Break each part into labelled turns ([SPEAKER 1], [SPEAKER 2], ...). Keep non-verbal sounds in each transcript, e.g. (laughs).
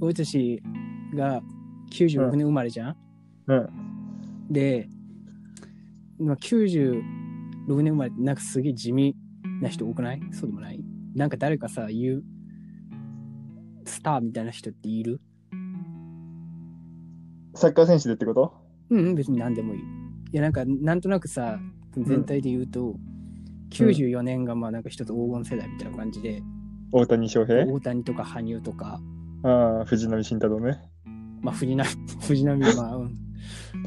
[SPEAKER 1] 俺たちが96年生まれじゃん、
[SPEAKER 2] うん。
[SPEAKER 1] で、まあ、96年生まれってなんかすげえ地味な人多くないそうでもないなんか誰かさ言うスターみたいな人っている
[SPEAKER 2] サッカー選手でってこと
[SPEAKER 1] うんうん別に何でもいいいやなんかなんとなくさ全体で言うと、94年がまあなんか一つ黄金世代みたいな感じで、
[SPEAKER 2] 大谷翔平
[SPEAKER 1] 大谷とか羽生とか、
[SPEAKER 2] ああ、藤浪慎太郎ね。
[SPEAKER 1] まあ、藤浪 (laughs) 藤浪まあ、うん、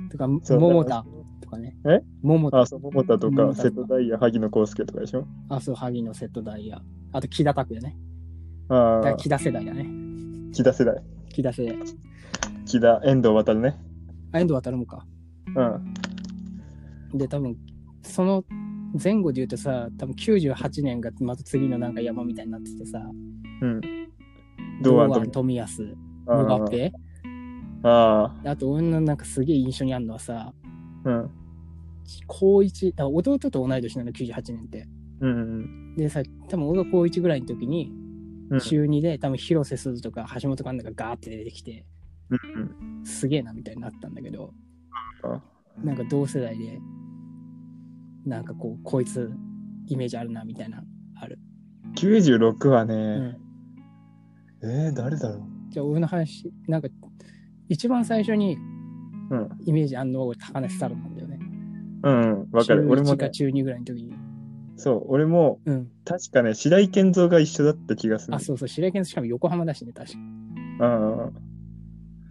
[SPEAKER 1] とか
[SPEAKER 2] そう
[SPEAKER 1] 桃田とかね
[SPEAKER 2] え
[SPEAKER 1] 桃田
[SPEAKER 2] ああ、そう、桃田と
[SPEAKER 1] 桃
[SPEAKER 2] か、
[SPEAKER 1] 田
[SPEAKER 2] 瀬戸大也、萩野公介とかでしょ
[SPEAKER 1] あそう萩野瀬戸大也あと木田拓也ね
[SPEAKER 2] あ
[SPEAKER 1] だから
[SPEAKER 2] あ、
[SPEAKER 1] 木田世代だね
[SPEAKER 2] 木田世代。
[SPEAKER 1] 木田世代
[SPEAKER 2] 木田、遠藤航ね。
[SPEAKER 1] あ遠藤渡るもか
[SPEAKER 2] うん。
[SPEAKER 1] で多分その前後で言うとさ多分98年がまた次のなんか山みたいになっててさ
[SPEAKER 2] うん。
[SPEAKER 1] 堂
[SPEAKER 2] 堂
[SPEAKER 1] 安
[SPEAKER 2] 安と
[SPEAKER 1] 冨安
[SPEAKER 2] あ
[SPEAKER 1] ムバペ
[SPEAKER 2] あ
[SPEAKER 1] あと俺のなんかすげえ印象にあるのはさ
[SPEAKER 2] あ、うん。
[SPEAKER 1] 高一あ弟と同い年なの98年って
[SPEAKER 2] うんうん。
[SPEAKER 1] でさ多分俺が高1ぐらいの時に
[SPEAKER 2] うん
[SPEAKER 1] 中2で多分広瀬すずとか橋本環奈がガーって出てきて
[SPEAKER 2] うん
[SPEAKER 1] すげえなみたいになったんだけど
[SPEAKER 2] あ
[SPEAKER 1] なんか同世代でなんかこうこいつイメージあるなみたいなある、
[SPEAKER 2] うん96は
[SPEAKER 1] う
[SPEAKER 2] ね、
[SPEAKER 1] ん、
[SPEAKER 2] えー、誰だろ
[SPEAKER 1] じゃあ俺の話なんか一番最初に
[SPEAKER 2] ううん。
[SPEAKER 1] イメージあんのは俺高梨沙羅なんだよね
[SPEAKER 2] うんうん、わかる。俺
[SPEAKER 1] 中
[SPEAKER 2] も
[SPEAKER 1] 1か
[SPEAKER 2] ね、
[SPEAKER 1] 中2ぐらいの時に
[SPEAKER 2] そう、俺も、
[SPEAKER 1] うん
[SPEAKER 2] 確かね、白井健三が一緒だった気がする。
[SPEAKER 1] あそうそう白井健しかも横浜だしね確か
[SPEAKER 2] ああ、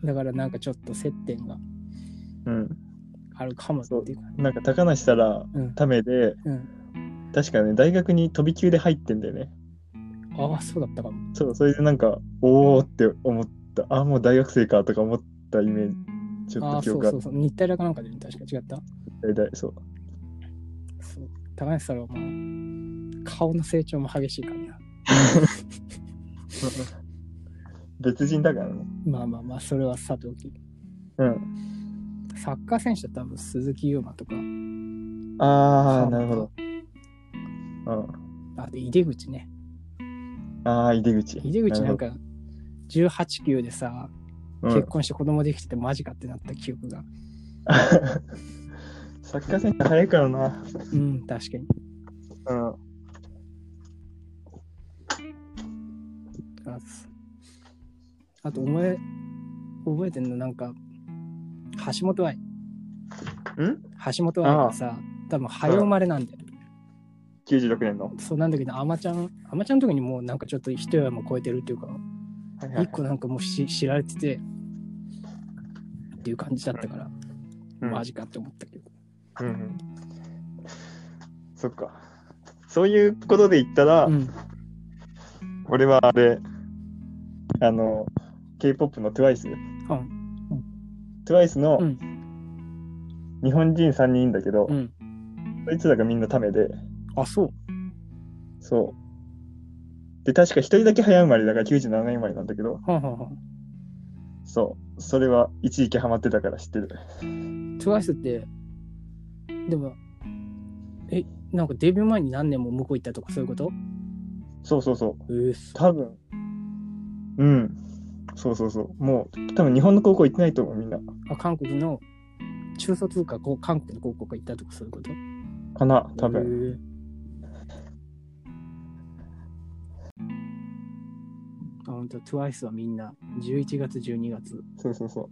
[SPEAKER 1] だからなんかちょっと接点が
[SPEAKER 2] うん。
[SPEAKER 1] あるかもっていうか
[SPEAKER 2] なんか、高梨沙羅、
[SPEAKER 1] うん
[SPEAKER 2] ためで、
[SPEAKER 1] うん
[SPEAKER 2] 確かね、大学に飛び級で入ってんだよね。
[SPEAKER 1] ああそうだったかも
[SPEAKER 2] そう、それでなんか、おおって思った。あ、もう大学生かとか思ったイメージ。ちょ
[SPEAKER 1] あ
[SPEAKER 2] っ
[SPEAKER 1] あ
[SPEAKER 2] と記
[SPEAKER 1] そう
[SPEAKER 2] 憶があ
[SPEAKER 1] そ
[SPEAKER 2] っ
[SPEAKER 1] うそう日体大かなんかで、ね、確か違った
[SPEAKER 2] た大体そう。
[SPEAKER 1] そう高梨沙羅はもう顔の成長も激しいからな
[SPEAKER 2] 別人だからね。
[SPEAKER 1] まあまあまあそれはさておき
[SPEAKER 2] うん。
[SPEAKER 1] サッカー選手は多分鈴木優馬とか
[SPEAKER 2] あ
[SPEAKER 1] そ
[SPEAKER 2] あ、
[SPEAKER 1] う
[SPEAKER 2] なるほど。うん。
[SPEAKER 1] あと井出口ね
[SPEAKER 2] ああ、井出口。
[SPEAKER 1] 井出口なん
[SPEAKER 2] る
[SPEAKER 1] か18級でさ
[SPEAKER 2] ほど、う
[SPEAKER 1] 結
[SPEAKER 2] ん、
[SPEAKER 1] 婚して子供できててマジかってなった記憶が
[SPEAKER 2] サッカー選手早いからな。
[SPEAKER 1] うん確かに
[SPEAKER 2] うん。
[SPEAKER 1] ああとお前覚えてんのなんか橋本愛
[SPEAKER 2] ん
[SPEAKER 1] 橋本愛がさ多分早生まれなんだよ
[SPEAKER 2] ?96 年の。
[SPEAKER 1] そうなんだけどあまちゃんあまちゃんの時にもうなんかちょっと一山超えてるっていうか
[SPEAKER 2] はいは
[SPEAKER 1] 一
[SPEAKER 2] い
[SPEAKER 1] 個なんかもうし知られててっていう感じだったから、
[SPEAKER 2] うん
[SPEAKER 1] マジかって思ったけど
[SPEAKER 2] うんうん。そっか。そういうことで言ったら、
[SPEAKER 1] うん
[SPEAKER 2] 俺はあれ、あの、K-POP の TWICE。
[SPEAKER 1] うん、
[SPEAKER 2] TWICE の
[SPEAKER 1] うん
[SPEAKER 2] 日本人3人いんだけど、
[SPEAKER 1] うん、
[SPEAKER 2] そいつらがみんなためで、
[SPEAKER 1] あそう
[SPEAKER 2] そう。で、確か1人だけ早生まれだから97年生まれなんだけど、
[SPEAKER 1] はんはんはん
[SPEAKER 2] そう。それは一時期ハマってたから知ってる。
[SPEAKER 1] TWICE ってでもえなんかデビュー前に何年も向こう行ったとかそういうこと
[SPEAKER 2] そうそうそう。
[SPEAKER 1] えー、す
[SPEAKER 2] 多分。うん。そうそうそう。もう、多分日本の高校行ってないと思う、みんな。
[SPEAKER 1] あ韓国の中卒かこう韓国の高校か行ったとかそういうこと
[SPEAKER 2] かな、多分。
[SPEAKER 1] 分あ本当 TWICE はみんな11月12月
[SPEAKER 2] そうそうそ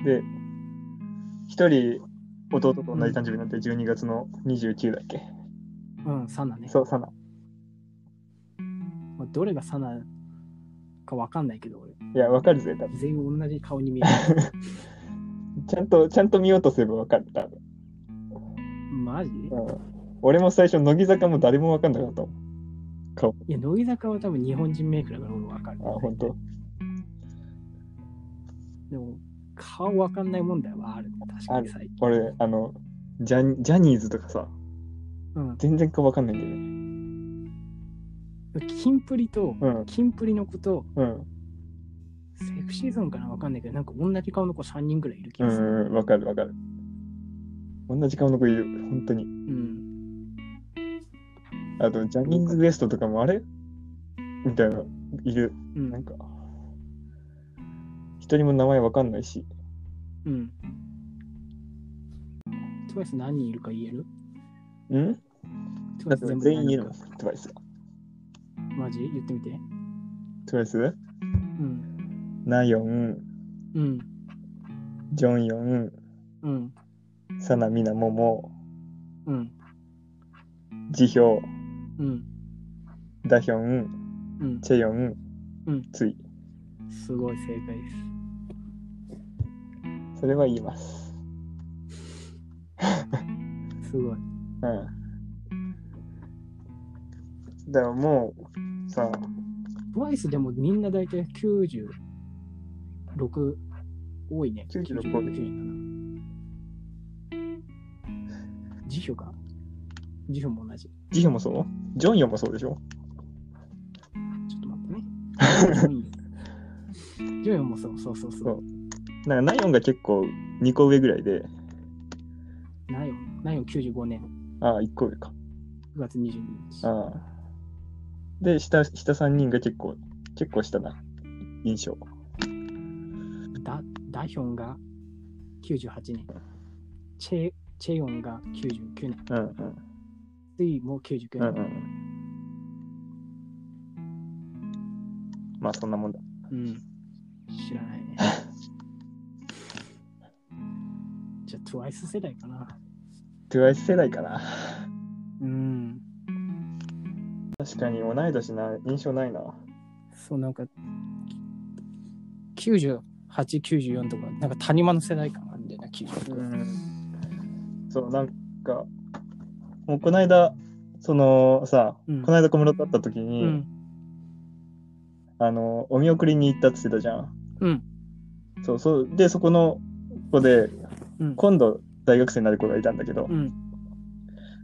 [SPEAKER 2] う。で、一人、弟と同じ誕生日になって12月の29だっけ、
[SPEAKER 1] うんサナね
[SPEAKER 2] そう、サナ。
[SPEAKER 1] まあ、どれがサナかわかんないけど俺
[SPEAKER 2] いや、わかるぜ、多分。
[SPEAKER 1] 全員同じ顔に見
[SPEAKER 2] (laughs)
[SPEAKER 1] える
[SPEAKER 2] ちゃんと、ちゃんと見ようとすればわかる、多分。
[SPEAKER 1] マジ
[SPEAKER 2] うん。俺も最初、乃木坂も誰もわかんなかったもん。
[SPEAKER 1] いや乃木坂は多分日本人メイクだから俺わかる
[SPEAKER 2] あ、ほんと。
[SPEAKER 1] でも顔わかんない問題はあるね確かに最近
[SPEAKER 2] 俺、あの、ジャニジャニーズとかさ、
[SPEAKER 1] うん
[SPEAKER 2] 全然顔わかんないんだよね。
[SPEAKER 1] キンプリと
[SPEAKER 2] うん、
[SPEAKER 1] キンプリの子と
[SPEAKER 2] うん、
[SPEAKER 1] セクシーゾーンかなわかんないけどなんか同じ顔の子3人ぐらいいる気
[SPEAKER 2] う
[SPEAKER 1] がする
[SPEAKER 2] んうん、わかるわかる。同じ顔の子いる、本当に。
[SPEAKER 1] うん、
[SPEAKER 2] あと、ジャニーズ WEST とかもあれみたいな、いる。
[SPEAKER 1] うん
[SPEAKER 2] なんか、一人も名前わかんないし、
[SPEAKER 1] うん。トゥワイス何人いるか言える
[SPEAKER 2] ん
[SPEAKER 1] トゥ
[SPEAKER 2] だ
[SPEAKER 1] ワ
[SPEAKER 2] っ
[SPEAKER 1] イス
[SPEAKER 2] て
[SPEAKER 1] 全部で
[SPEAKER 2] 全員
[SPEAKER 1] 何
[SPEAKER 2] 言
[SPEAKER 1] 人
[SPEAKER 2] うの
[SPEAKER 1] か
[SPEAKER 2] ト。ゥバイスが。
[SPEAKER 1] マジ言ってみて。
[SPEAKER 2] トゥバイス
[SPEAKER 1] うん。
[SPEAKER 2] ナヨン、
[SPEAKER 1] うん。
[SPEAKER 2] ジョンヨン、
[SPEAKER 1] うん。
[SPEAKER 2] サナミナモモ、
[SPEAKER 1] うん。
[SPEAKER 2] ジヒョウ、
[SPEAKER 1] うん。
[SPEAKER 2] ダヒョン、
[SPEAKER 1] うん。
[SPEAKER 2] チェヨン、
[SPEAKER 1] うん
[SPEAKER 2] ツイ。
[SPEAKER 1] すごい正解です。
[SPEAKER 2] それは言います。
[SPEAKER 1] すごい。
[SPEAKER 2] うん。だからもう、さ、
[SPEAKER 1] トゥワイスでもみんな大体96多いね。
[SPEAKER 2] 96
[SPEAKER 1] 97。辞表か辞表も同じ。
[SPEAKER 2] ジヒョウもそうジョンヨンもそうでしょ
[SPEAKER 1] ちょっと待ってね。
[SPEAKER 2] (laughs)
[SPEAKER 1] ジョンヨンもそうそうそうそう。
[SPEAKER 2] なんかナヨンが結構2個上ぐらいで、
[SPEAKER 1] ナヨン、ナヨン95年
[SPEAKER 2] ああ、1個上か。
[SPEAKER 1] 9月22日。
[SPEAKER 2] ああ。で、下、下3人が結構、結構下な印象。
[SPEAKER 1] ダダヒョンが98年。チェチェヨンが99年。
[SPEAKER 2] うんうん。
[SPEAKER 1] ツイも99
[SPEAKER 2] うんう
[SPEAKER 1] 年。
[SPEAKER 2] ん。まあ、そんなもんだ。
[SPEAKER 1] うん。知らない
[SPEAKER 2] (laughs)
[SPEAKER 1] ね。じゃあ、トゥワイス世代かな。
[SPEAKER 2] TWICE 世代かな。
[SPEAKER 1] うん。
[SPEAKER 2] 確かに同い年な、印象ないな。
[SPEAKER 1] そう、なんか、98、94とか、なんか谷間の世代感あるんだよな、96。
[SPEAKER 2] ん。そう、なんか、もうこの間、そのさ、
[SPEAKER 1] うん
[SPEAKER 2] この間小室と会った時に、
[SPEAKER 1] うん。
[SPEAKER 2] あの、お見送りに行ったって言ってたじゃん。
[SPEAKER 1] うん。
[SPEAKER 2] そうそう。で、そこの子で、
[SPEAKER 1] うん。
[SPEAKER 2] 今度大学生になる子がいたんだけど、
[SPEAKER 1] うん。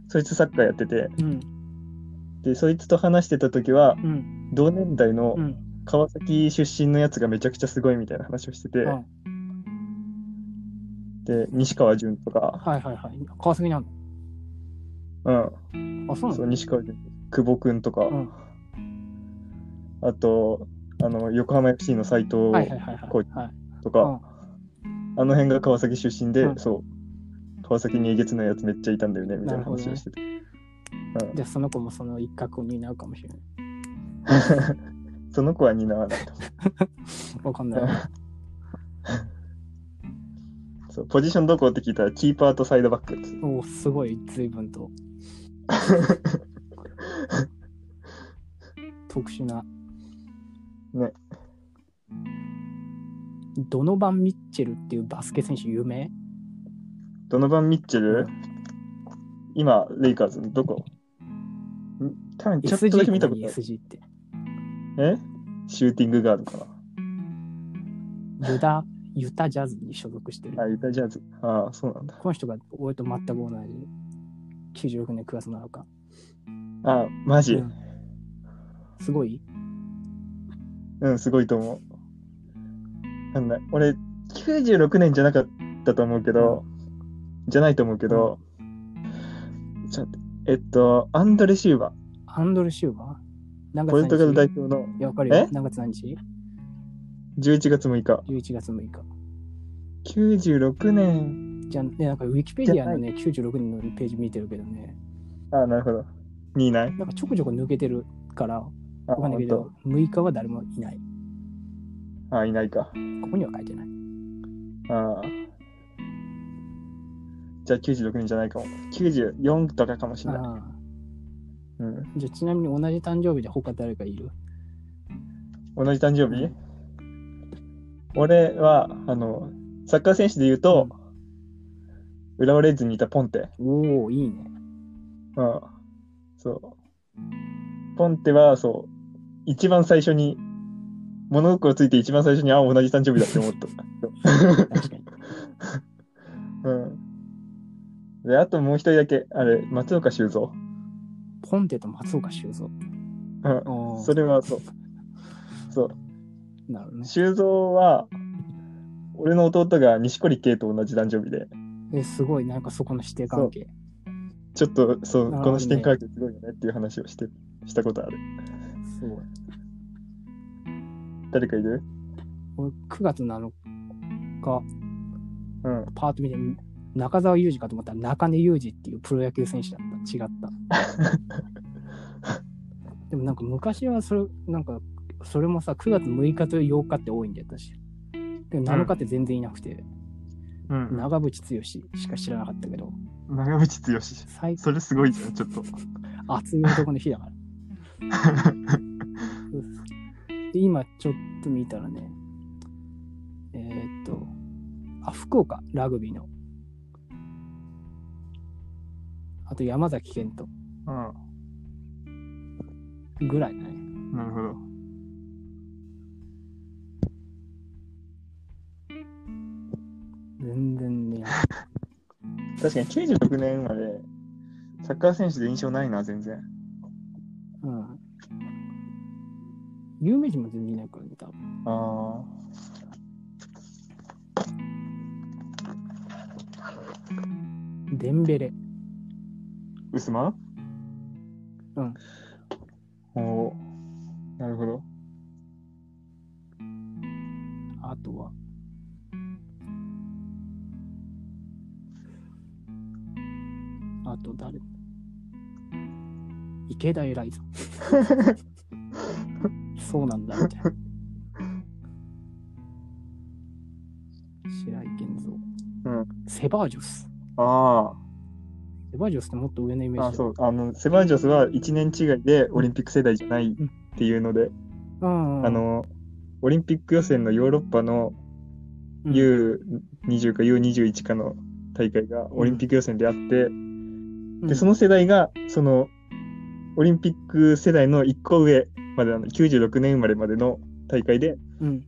[SPEAKER 2] そいつサッカーやってて、
[SPEAKER 1] うん。
[SPEAKER 2] で、そいつと話してた時は、
[SPEAKER 1] うん。
[SPEAKER 2] 同年代の
[SPEAKER 1] うん。
[SPEAKER 2] 川崎出身のやつがめちゃくちゃすごいみたいな話をしてて、
[SPEAKER 1] うん
[SPEAKER 2] で、西川淳とか、
[SPEAKER 1] はいはいはい。川崎なの
[SPEAKER 2] うん、
[SPEAKER 1] あ、そうな
[SPEAKER 2] そう、
[SPEAKER 1] の
[SPEAKER 2] 西川淳、久保くんとか、
[SPEAKER 1] うん
[SPEAKER 2] あと、あの、横浜 FC の斎藤
[SPEAKER 1] はいはいはいはい。
[SPEAKER 2] こう
[SPEAKER 1] はい
[SPEAKER 2] と
[SPEAKER 1] う
[SPEAKER 2] か、
[SPEAKER 1] ん
[SPEAKER 2] あの辺が川崎出身で、
[SPEAKER 1] うん
[SPEAKER 2] そう、川崎にえげつないやつめっちゃいたんだよね、みたいな話をしてて。うん
[SPEAKER 1] じゃあ、その子もその一角を担うかもしれない。
[SPEAKER 2] その子は担わないと。
[SPEAKER 1] わかんない。
[SPEAKER 2] (laughs) そうポジションどこって聞いたら、キーパーとサイドバックって。
[SPEAKER 1] おーすごい、随分と。特殊な。
[SPEAKER 2] ね。
[SPEAKER 1] ドノバン・ミッチェルっていうバスケ選手有名
[SPEAKER 2] ドノバン・ミッチェル、
[SPEAKER 1] うん
[SPEAKER 2] 今、レイカーズのどこん多分ちょっと
[SPEAKER 1] ?SG
[SPEAKER 2] だ
[SPEAKER 1] っ
[SPEAKER 2] け
[SPEAKER 1] て
[SPEAKER 2] 見たこと
[SPEAKER 1] 何
[SPEAKER 2] ある。
[SPEAKER 1] SG って。
[SPEAKER 2] えシューティングガードか
[SPEAKER 1] ユダ、ユタジャズに所属してる。
[SPEAKER 2] な。あ、ユタジャズ。ああ、そうなんだ。
[SPEAKER 1] この人が俺と全く同じ。96年9月7日。
[SPEAKER 2] あマジ、う、
[SPEAKER 1] うんんすごい
[SPEAKER 2] すごいと思う。なんだ、俺、96年じゃなかったと思うけど、じゃないと思うけど、ちょっと待って、えっと、アンドレ・シューバ
[SPEAKER 1] アンドレ・シューバー何月
[SPEAKER 2] ー、ポ
[SPEAKER 1] 何
[SPEAKER 2] ル
[SPEAKER 1] 日
[SPEAKER 2] トガル代表の
[SPEAKER 1] いや、わかるよ
[SPEAKER 2] え。
[SPEAKER 1] 何月何日
[SPEAKER 2] 11月6日。
[SPEAKER 1] ?11 月6日。
[SPEAKER 2] 96年、
[SPEAKER 1] じゃあ、ね、なんかウィキペディアのね、96年のページ見てるけどね、
[SPEAKER 2] あなるほど。にいない
[SPEAKER 1] なんかちょこちょこ抜けてるから、
[SPEAKER 2] あ
[SPEAKER 1] わかんないけど、6日は誰もいない。
[SPEAKER 2] 本当あ、いないか。
[SPEAKER 1] ここには書いてない。
[SPEAKER 2] ああ。じゃあ96年じゃないかも。94とかかもしれない。
[SPEAKER 1] ああ
[SPEAKER 2] うん、
[SPEAKER 1] じゃあ、ちなみに同じ誕生日で他誰かいる
[SPEAKER 2] 同じ誕生日、俺は、あの、サッカー選手で言うと、浦和レッズにいたポンテ。
[SPEAKER 1] おおいいね。
[SPEAKER 2] うん。そう。ポンテは、そう、一番最初に、物心ついて一番最初に、あ、同じ誕生日だって思った。 (laughs)
[SPEAKER 1] 確かに。
[SPEAKER 2] うん。で、あともう一人だけ、あれ、松岡修造。
[SPEAKER 1] ポンテと松岡修造。
[SPEAKER 2] うん。
[SPEAKER 1] おー
[SPEAKER 2] それはそう。そう。
[SPEAKER 1] なるほどね。
[SPEAKER 2] 修造は、俺の弟が錦織圭と同じ誕生日で、
[SPEAKER 1] え、すごい、なんかそこの師弟関係。
[SPEAKER 2] ちょっと、そう、
[SPEAKER 1] なるほどね
[SPEAKER 2] この視点関係すごいよねっていう話をして、したことある。
[SPEAKER 1] すごい。
[SPEAKER 2] 誰かいる
[SPEAKER 1] 俺、9月7果、
[SPEAKER 2] うん。
[SPEAKER 1] パーッと見て、中澤裕二かと思ったら中根裕二っていうプロ野球選手だった。違った。
[SPEAKER 2] (laughs)
[SPEAKER 1] でもなんか昔はそれ、なんか、それもさ、9月6日と8日って多いんだよ、私。でも7日って全然いなくて、
[SPEAKER 2] うん。
[SPEAKER 1] 長渕剛しか知らなかったけど、
[SPEAKER 2] 長渕剛。
[SPEAKER 1] 最
[SPEAKER 2] それすごいじゃん、ちょっ (laughs) と。
[SPEAKER 1] 熱い男の日だ
[SPEAKER 2] (laughs)
[SPEAKER 1] から。そうそうで今ちょっと見たらね、えーっと、あ、福岡、ラグビーの。あと山崎賢人
[SPEAKER 2] う
[SPEAKER 1] ぐらいだね。
[SPEAKER 2] ん。なるほど。
[SPEAKER 1] 全然 (laughs) ね、
[SPEAKER 2] 確かに96年生まれ、サッカー選手で印象ないな、全然。
[SPEAKER 1] うん。有名人も全然いないからね、多分。
[SPEAKER 2] あ
[SPEAKER 1] デンベレ。
[SPEAKER 2] あ。ウスマ
[SPEAKER 1] うん。
[SPEAKER 2] おお。なるほど。
[SPEAKER 1] あとは。あと誰池田エライザ。 (laughs) そうなんだ、みたいな。白井健三。
[SPEAKER 2] うん
[SPEAKER 1] セバージョス。
[SPEAKER 2] あ
[SPEAKER 1] セバージョスってもっと上のイメ
[SPEAKER 2] あ。
[SPEAKER 1] ー
[SPEAKER 2] あ
[SPEAKER 1] ジだ
[SPEAKER 2] そう。あの、セバージョスは1年違いでオリンピック世代じゃないっていうので、
[SPEAKER 1] うん。
[SPEAKER 2] あの、オリンピック予選のヨーロッパの
[SPEAKER 1] うん、
[SPEAKER 2] U20 か U21 かの大会がオリンピック予選であって、
[SPEAKER 1] うん、
[SPEAKER 2] で、その世代が、その、オリンピック世代の1個上までなの、96年生まれまでの大会で、
[SPEAKER 1] うん。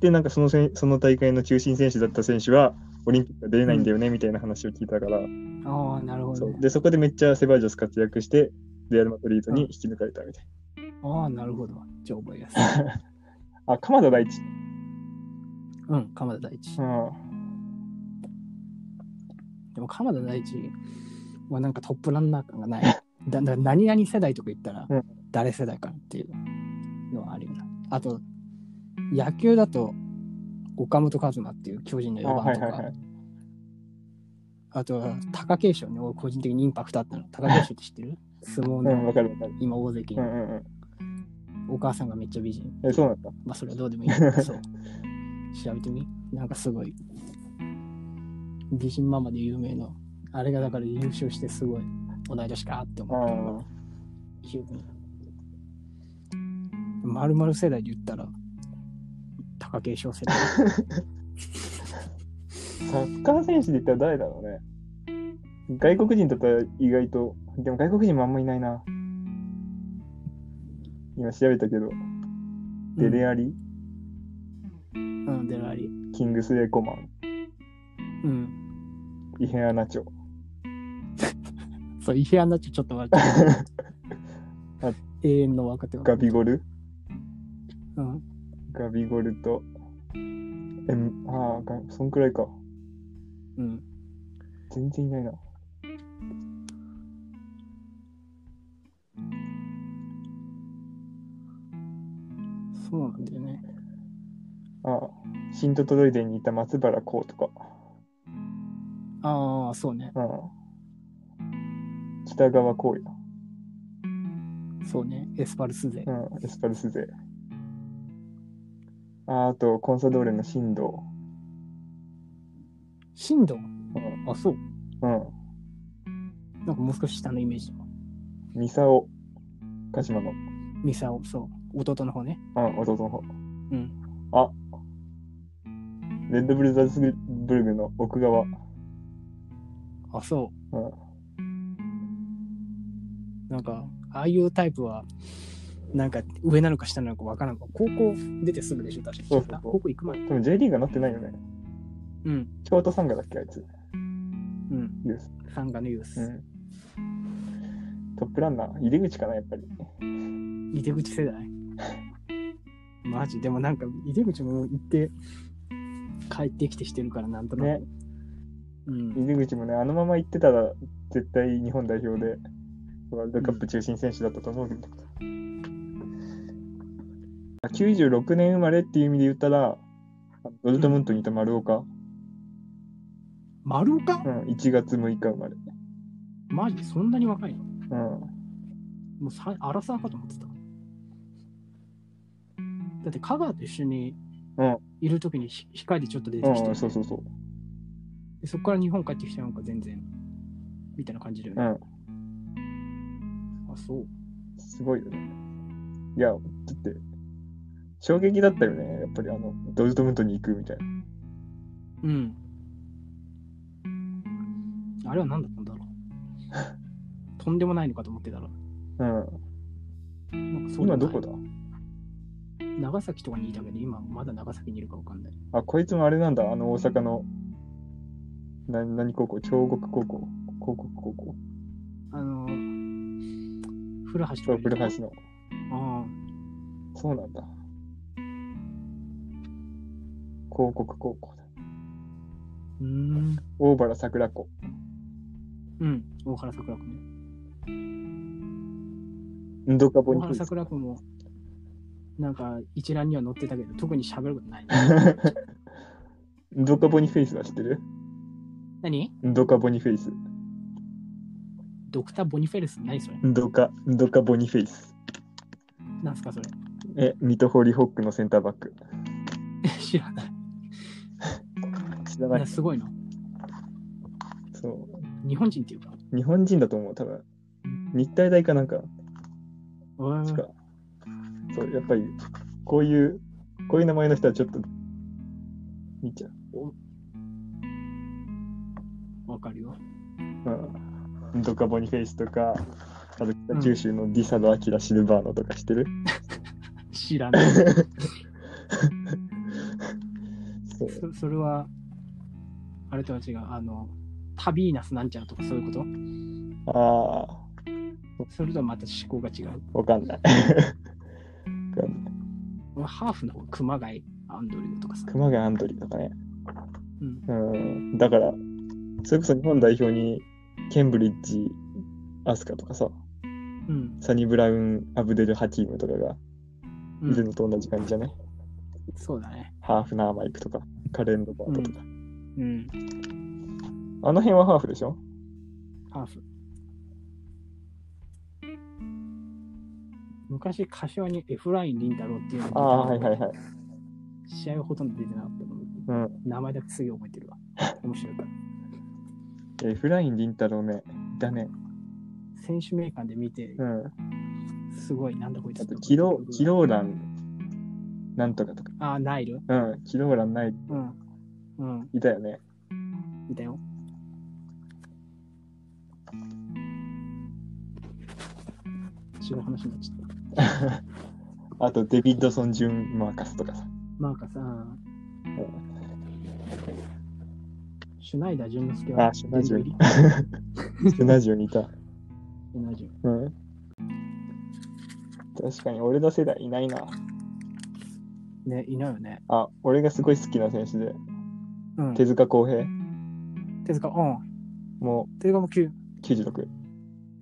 [SPEAKER 2] で、なんかそのせんその大会の中心選手だった選手は、オリンピックが出れないんだよね、みたいな話を聞いたから、
[SPEAKER 1] ああ、なるほ
[SPEAKER 2] そ
[SPEAKER 1] ど
[SPEAKER 2] う
[SPEAKER 1] ね。
[SPEAKER 2] で、そこでめっちゃセバージョス活躍して、レアル・マドリードに引き抜かれたみたい
[SPEAKER 1] ああ、なるほど。じゃあ覚えやす
[SPEAKER 2] (laughs)
[SPEAKER 1] い。
[SPEAKER 2] な。あ、鎌田大地。
[SPEAKER 1] うん、鎌田大地。
[SPEAKER 2] うん。
[SPEAKER 1] でも鎌田大地はなんかトップランナー感がない。 (laughs) だだ何々世代とか言ったら
[SPEAKER 2] うん
[SPEAKER 1] 誰世代かなっていうのはあるよな。あと野球だと岡本和真っていう巨人の
[SPEAKER 2] あ、
[SPEAKER 1] 4
[SPEAKER 2] は
[SPEAKER 1] 番
[SPEAKER 2] い
[SPEAKER 1] と
[SPEAKER 2] はい
[SPEAKER 1] か
[SPEAKER 2] は、い。
[SPEAKER 1] あとは貴景勝に俺個人的にインパクトあったの。貴景勝って知ってる相撲
[SPEAKER 2] うん、わ
[SPEAKER 1] の
[SPEAKER 2] かるわかる。
[SPEAKER 1] 今大関
[SPEAKER 2] うん
[SPEAKER 1] の
[SPEAKER 2] うん
[SPEAKER 1] お母さんがめっちゃ美人。
[SPEAKER 2] うん。え、そうなんだ。
[SPEAKER 1] まあそれはどうでもいいけど。
[SPEAKER 2] (laughs)
[SPEAKER 1] そう。調べてみ。なんかすごい。美人ママで有名の。あれがだから優勝してすごい同い年かって思ったのが
[SPEAKER 2] ああ。
[SPEAKER 1] 記憶に。まるまる世代で言ったら、貴景
[SPEAKER 2] (laughs)
[SPEAKER 1] 勝世代。
[SPEAKER 2] サッカー選手で言ったら誰だろうね。外国人だったら意外と、でも外国人もあんまいないな。今調べたけど、デレアリ、
[SPEAKER 1] うん、うん、デラリ。
[SPEAKER 2] キングス・エコマン、
[SPEAKER 1] うん。
[SPEAKER 2] イヘアナチョ、
[SPEAKER 1] そう、イヘアになっちゃちょっと待っ
[SPEAKER 2] (laughs) あ
[SPEAKER 1] て。永遠の若手は。
[SPEAKER 2] ガビゴル、
[SPEAKER 1] うん。
[SPEAKER 2] ガビゴルと、えん、ああ、がそんくらいか。
[SPEAKER 1] うん。
[SPEAKER 2] 全然いないな。
[SPEAKER 1] そうなんだよね。
[SPEAKER 2] ああ、シントトロイデンにいた松原幸とか、
[SPEAKER 1] ああ、そうね。
[SPEAKER 2] ああ北川幸也、
[SPEAKER 1] そうね。エスパルス勢。
[SPEAKER 2] うん、エスパルス勢。ああと、コンサドーレの進藤。
[SPEAKER 1] 進藤
[SPEAKER 2] うん
[SPEAKER 1] あ、そう。
[SPEAKER 2] う
[SPEAKER 1] なんかもう少し下のイメージ。
[SPEAKER 2] ん。ミサオ、鹿島の、
[SPEAKER 1] ミサオ、そう。弟の方ね。
[SPEAKER 2] うん、弟の方。
[SPEAKER 1] うん。
[SPEAKER 2] レッドブルザルスブルグの奥側。
[SPEAKER 1] あ、そうう。なんか、ああいうタイプは、なんか上なのか下なのかわからん。高校出てすぐでしょ、確かに。
[SPEAKER 2] そうそうそう
[SPEAKER 1] 高校行く前。
[SPEAKER 2] ん。でも J リーガーなってないよね。
[SPEAKER 1] うん。
[SPEAKER 2] 京都サンガだっけ、あいつ。
[SPEAKER 1] うん。
[SPEAKER 2] ユース。
[SPEAKER 1] サンガのユー
[SPEAKER 2] う
[SPEAKER 1] ス。
[SPEAKER 2] ん。トップランナー、入り口かな、やっぱり。
[SPEAKER 1] 井出口世代。マジ、でもなんか、井出口も行って、帰ってきてしてるから、なんとなく。
[SPEAKER 2] ね
[SPEAKER 1] うん。
[SPEAKER 2] 入り口もね、あのまま行ってたら、絶対日本代表で、ワールドカップ中心選手だったと思うけど。96年生まれっていう意味で言ったら、ドルトムントにいた丸岡。
[SPEAKER 1] 丸岡
[SPEAKER 2] うん、1月6日生まれ。
[SPEAKER 1] マジそんなに若いの
[SPEAKER 2] うん。
[SPEAKER 1] もうさアラサーかと思ってた。だって香川と一緒に
[SPEAKER 2] うん
[SPEAKER 1] いるときにひ光でちょっと出てきて、
[SPEAKER 2] うん、そうそうそう。
[SPEAKER 1] でそこから日本帰ってきてなんか全然みたいな感じだよね。あ、そう。
[SPEAKER 2] すごいよね。いや、だって、衝撃だったよね。やっぱりあの、ドルトムントに行くみたいな。
[SPEAKER 1] うん。あれは何だったんだろ
[SPEAKER 2] (laughs)
[SPEAKER 1] う。とんでもないのかと思ってたら。
[SPEAKER 2] うん。
[SPEAKER 1] なんかそうでもな
[SPEAKER 2] 今
[SPEAKER 1] い
[SPEAKER 2] どこだ
[SPEAKER 1] 長崎とかにいたけど、今まだ長崎にいるかわかんない。
[SPEAKER 2] あ、こいつもあれなんだ。あの、大阪の、な、何高校京極高校。広告高校。
[SPEAKER 1] あの、古橋と
[SPEAKER 2] そう、
[SPEAKER 1] か
[SPEAKER 2] 古
[SPEAKER 1] にい
[SPEAKER 2] 橋
[SPEAKER 1] る。
[SPEAKER 2] の。
[SPEAKER 1] ああ、
[SPEAKER 2] そうなんだ。広告高校だ。
[SPEAKER 1] うーん。
[SPEAKER 2] 大原桜子。
[SPEAKER 1] うん、大原桜子ね。
[SPEAKER 2] ドカボ
[SPEAKER 1] 大
[SPEAKER 2] に
[SPEAKER 1] 原桜子も、なんか一覧には載ってたけど、特に喋ることない、
[SPEAKER 2] ドカボニフェイスは知ってる
[SPEAKER 1] 何
[SPEAKER 2] ドカボニフェイス。
[SPEAKER 1] ドクター・ボニフェルス何それ
[SPEAKER 2] ドカ、ドカボニフェイス。
[SPEAKER 1] なんすかそれ (laughs)
[SPEAKER 2] え、ミトホーリーホックのセンターバック。
[SPEAKER 1] 知らない。
[SPEAKER 2] 知ら
[SPEAKER 1] い
[SPEAKER 2] ない
[SPEAKER 1] や。すごいな。
[SPEAKER 2] そ
[SPEAKER 1] 日本人っていうか。
[SPEAKER 2] う。日本人だと思う、多分。日体大かなんか。
[SPEAKER 1] うーん
[SPEAKER 2] しかそう、やっぱり、こういう、こういう名前の人はちょっと、見ちゃう。
[SPEAKER 1] わかるよ。
[SPEAKER 2] うん。ドカボニフェイスとか、あと北九州のディサド・アキラ・シルバーノとか知ってる、
[SPEAKER 1] 知らない。 (laughs)
[SPEAKER 2] そう。
[SPEAKER 1] そそれは、あれとは違う。あの、タビーナスなんちゃらとかそういうこと
[SPEAKER 2] ああ。
[SPEAKER 1] それとはまた思考が違う。
[SPEAKER 2] わかんない。 (laughs) わかんない
[SPEAKER 1] 俺ハーフの方、熊谷アンドリューとかさ。
[SPEAKER 2] 熊谷アントリーとかね。
[SPEAKER 1] うん。
[SPEAKER 2] うん。だから、それこそ日本代表に、ケンブリッジ、アスカとかさ、
[SPEAKER 1] うん。
[SPEAKER 2] サニブラウン、アブデル・ハキームとかが
[SPEAKER 1] う
[SPEAKER 2] いる
[SPEAKER 1] ん、
[SPEAKER 2] のと同じ感じじゃね、
[SPEAKER 1] そうだね。
[SPEAKER 2] ハーフナーマイクとか、カレンドバートとか。
[SPEAKER 1] うん。
[SPEAKER 2] あの辺はハーフでしょ
[SPEAKER 1] ハーフ。昔、柏にエフライン・リンダローっていうの
[SPEAKER 2] ああ、はいはいはい。
[SPEAKER 1] 試合はほとんど出てなかったのに、
[SPEAKER 2] うん。
[SPEAKER 1] 名前だけすげえ覚えてるわ。面白いから。
[SPEAKER 2] エフライン・リンタロウね。だね。
[SPEAKER 1] 選手名鑑で見て
[SPEAKER 2] う、ん。
[SPEAKER 1] すごい、なんだこいつ
[SPEAKER 2] あと、キロ、キローラン、なんとかとか。
[SPEAKER 1] ああ、ナイル
[SPEAKER 2] うん。キローランない、
[SPEAKER 1] うん。うん。
[SPEAKER 2] いたよね。
[SPEAKER 1] いたよ。違う話になっちゃった。
[SPEAKER 2] あと、デビッドソン・ジュン・マーカスとかさ。
[SPEAKER 1] マーカさん。シュナイダー淳之介は
[SPEAKER 2] あ、シュナジオ
[SPEAKER 1] リ
[SPEAKER 2] に。シュナジオにいた。
[SPEAKER 1] シュナジュ
[SPEAKER 2] うん。確かに、俺の世代いないな。
[SPEAKER 1] ね、いないよね。
[SPEAKER 2] あ、俺がすごい好きな選手で、
[SPEAKER 1] うん。
[SPEAKER 2] 手塚康平、
[SPEAKER 1] 手塚、うん。
[SPEAKER 2] も
[SPEAKER 1] 手塚も9、
[SPEAKER 2] う96。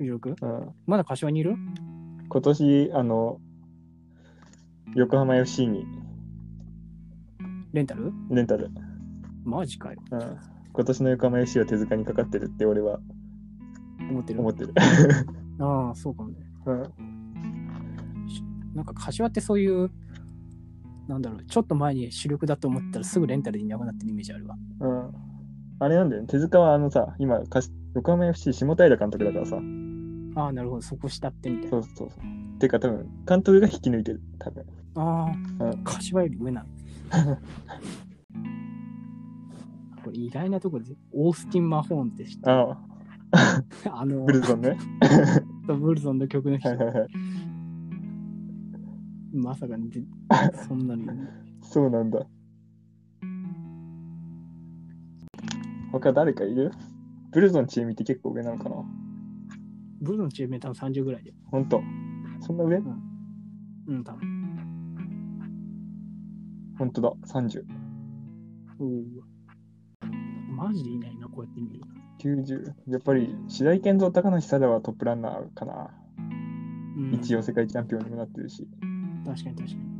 [SPEAKER 1] 96?
[SPEAKER 2] うん。
[SPEAKER 1] まだ柏にいる
[SPEAKER 2] 今年、あの、横浜 FC に
[SPEAKER 1] レンタル
[SPEAKER 2] レンタル。
[SPEAKER 1] マジかよ。
[SPEAKER 2] うん。今年の横浜 FC は手塚にかかってるって俺は
[SPEAKER 1] 思ってる
[SPEAKER 2] 思。ってる。
[SPEAKER 1] ああ、そうかもね。
[SPEAKER 2] うん。
[SPEAKER 1] なんか柏ってそういう、なんだろう、ちょっと前に主力だと思ったらすぐレンタルでいなくなってるイメージあるわ。
[SPEAKER 2] うん。あれなんだよね。手塚はあのさ、今、かし横浜 FC 下平監督だからさ。
[SPEAKER 1] ああ、なるほど、そこ下ってみたい
[SPEAKER 2] そ
[SPEAKER 1] な。
[SPEAKER 2] うそうそう。てか多分、監督が引き抜いてる。多分。
[SPEAKER 1] ああ
[SPEAKER 2] う、
[SPEAKER 1] 柏より上なの。
[SPEAKER 2] (laughs)
[SPEAKER 1] これ意外なところで、オースティン・マホーンって知ってる
[SPEAKER 2] あ
[SPEAKER 1] (laughs)
[SPEAKER 2] あ、
[SPEAKER 1] あの
[SPEAKER 2] ブルゾン (laughs) ね。
[SPEAKER 1] ブルゾンの曲の人
[SPEAKER 2] はい、はいはい。
[SPEAKER 1] まさかね、
[SPEAKER 2] (laughs)
[SPEAKER 1] でそんなに。
[SPEAKER 2] そうなんだ。他誰かいるブルゾンチームって結構上なのかな
[SPEAKER 1] ブルゾンのチームメーターの30ぐらいで。
[SPEAKER 2] ほんと。そんな上
[SPEAKER 1] うん、多分。
[SPEAKER 2] ほんとだ。30。
[SPEAKER 1] うーわマジでいないな、こうやって見ると。
[SPEAKER 2] 90。やっぱり、白井健三、高梨沙羅はトップランナーかな。
[SPEAKER 1] うん、
[SPEAKER 2] 一応世界チャンピオンにもなってるし。
[SPEAKER 1] 確かに確かに。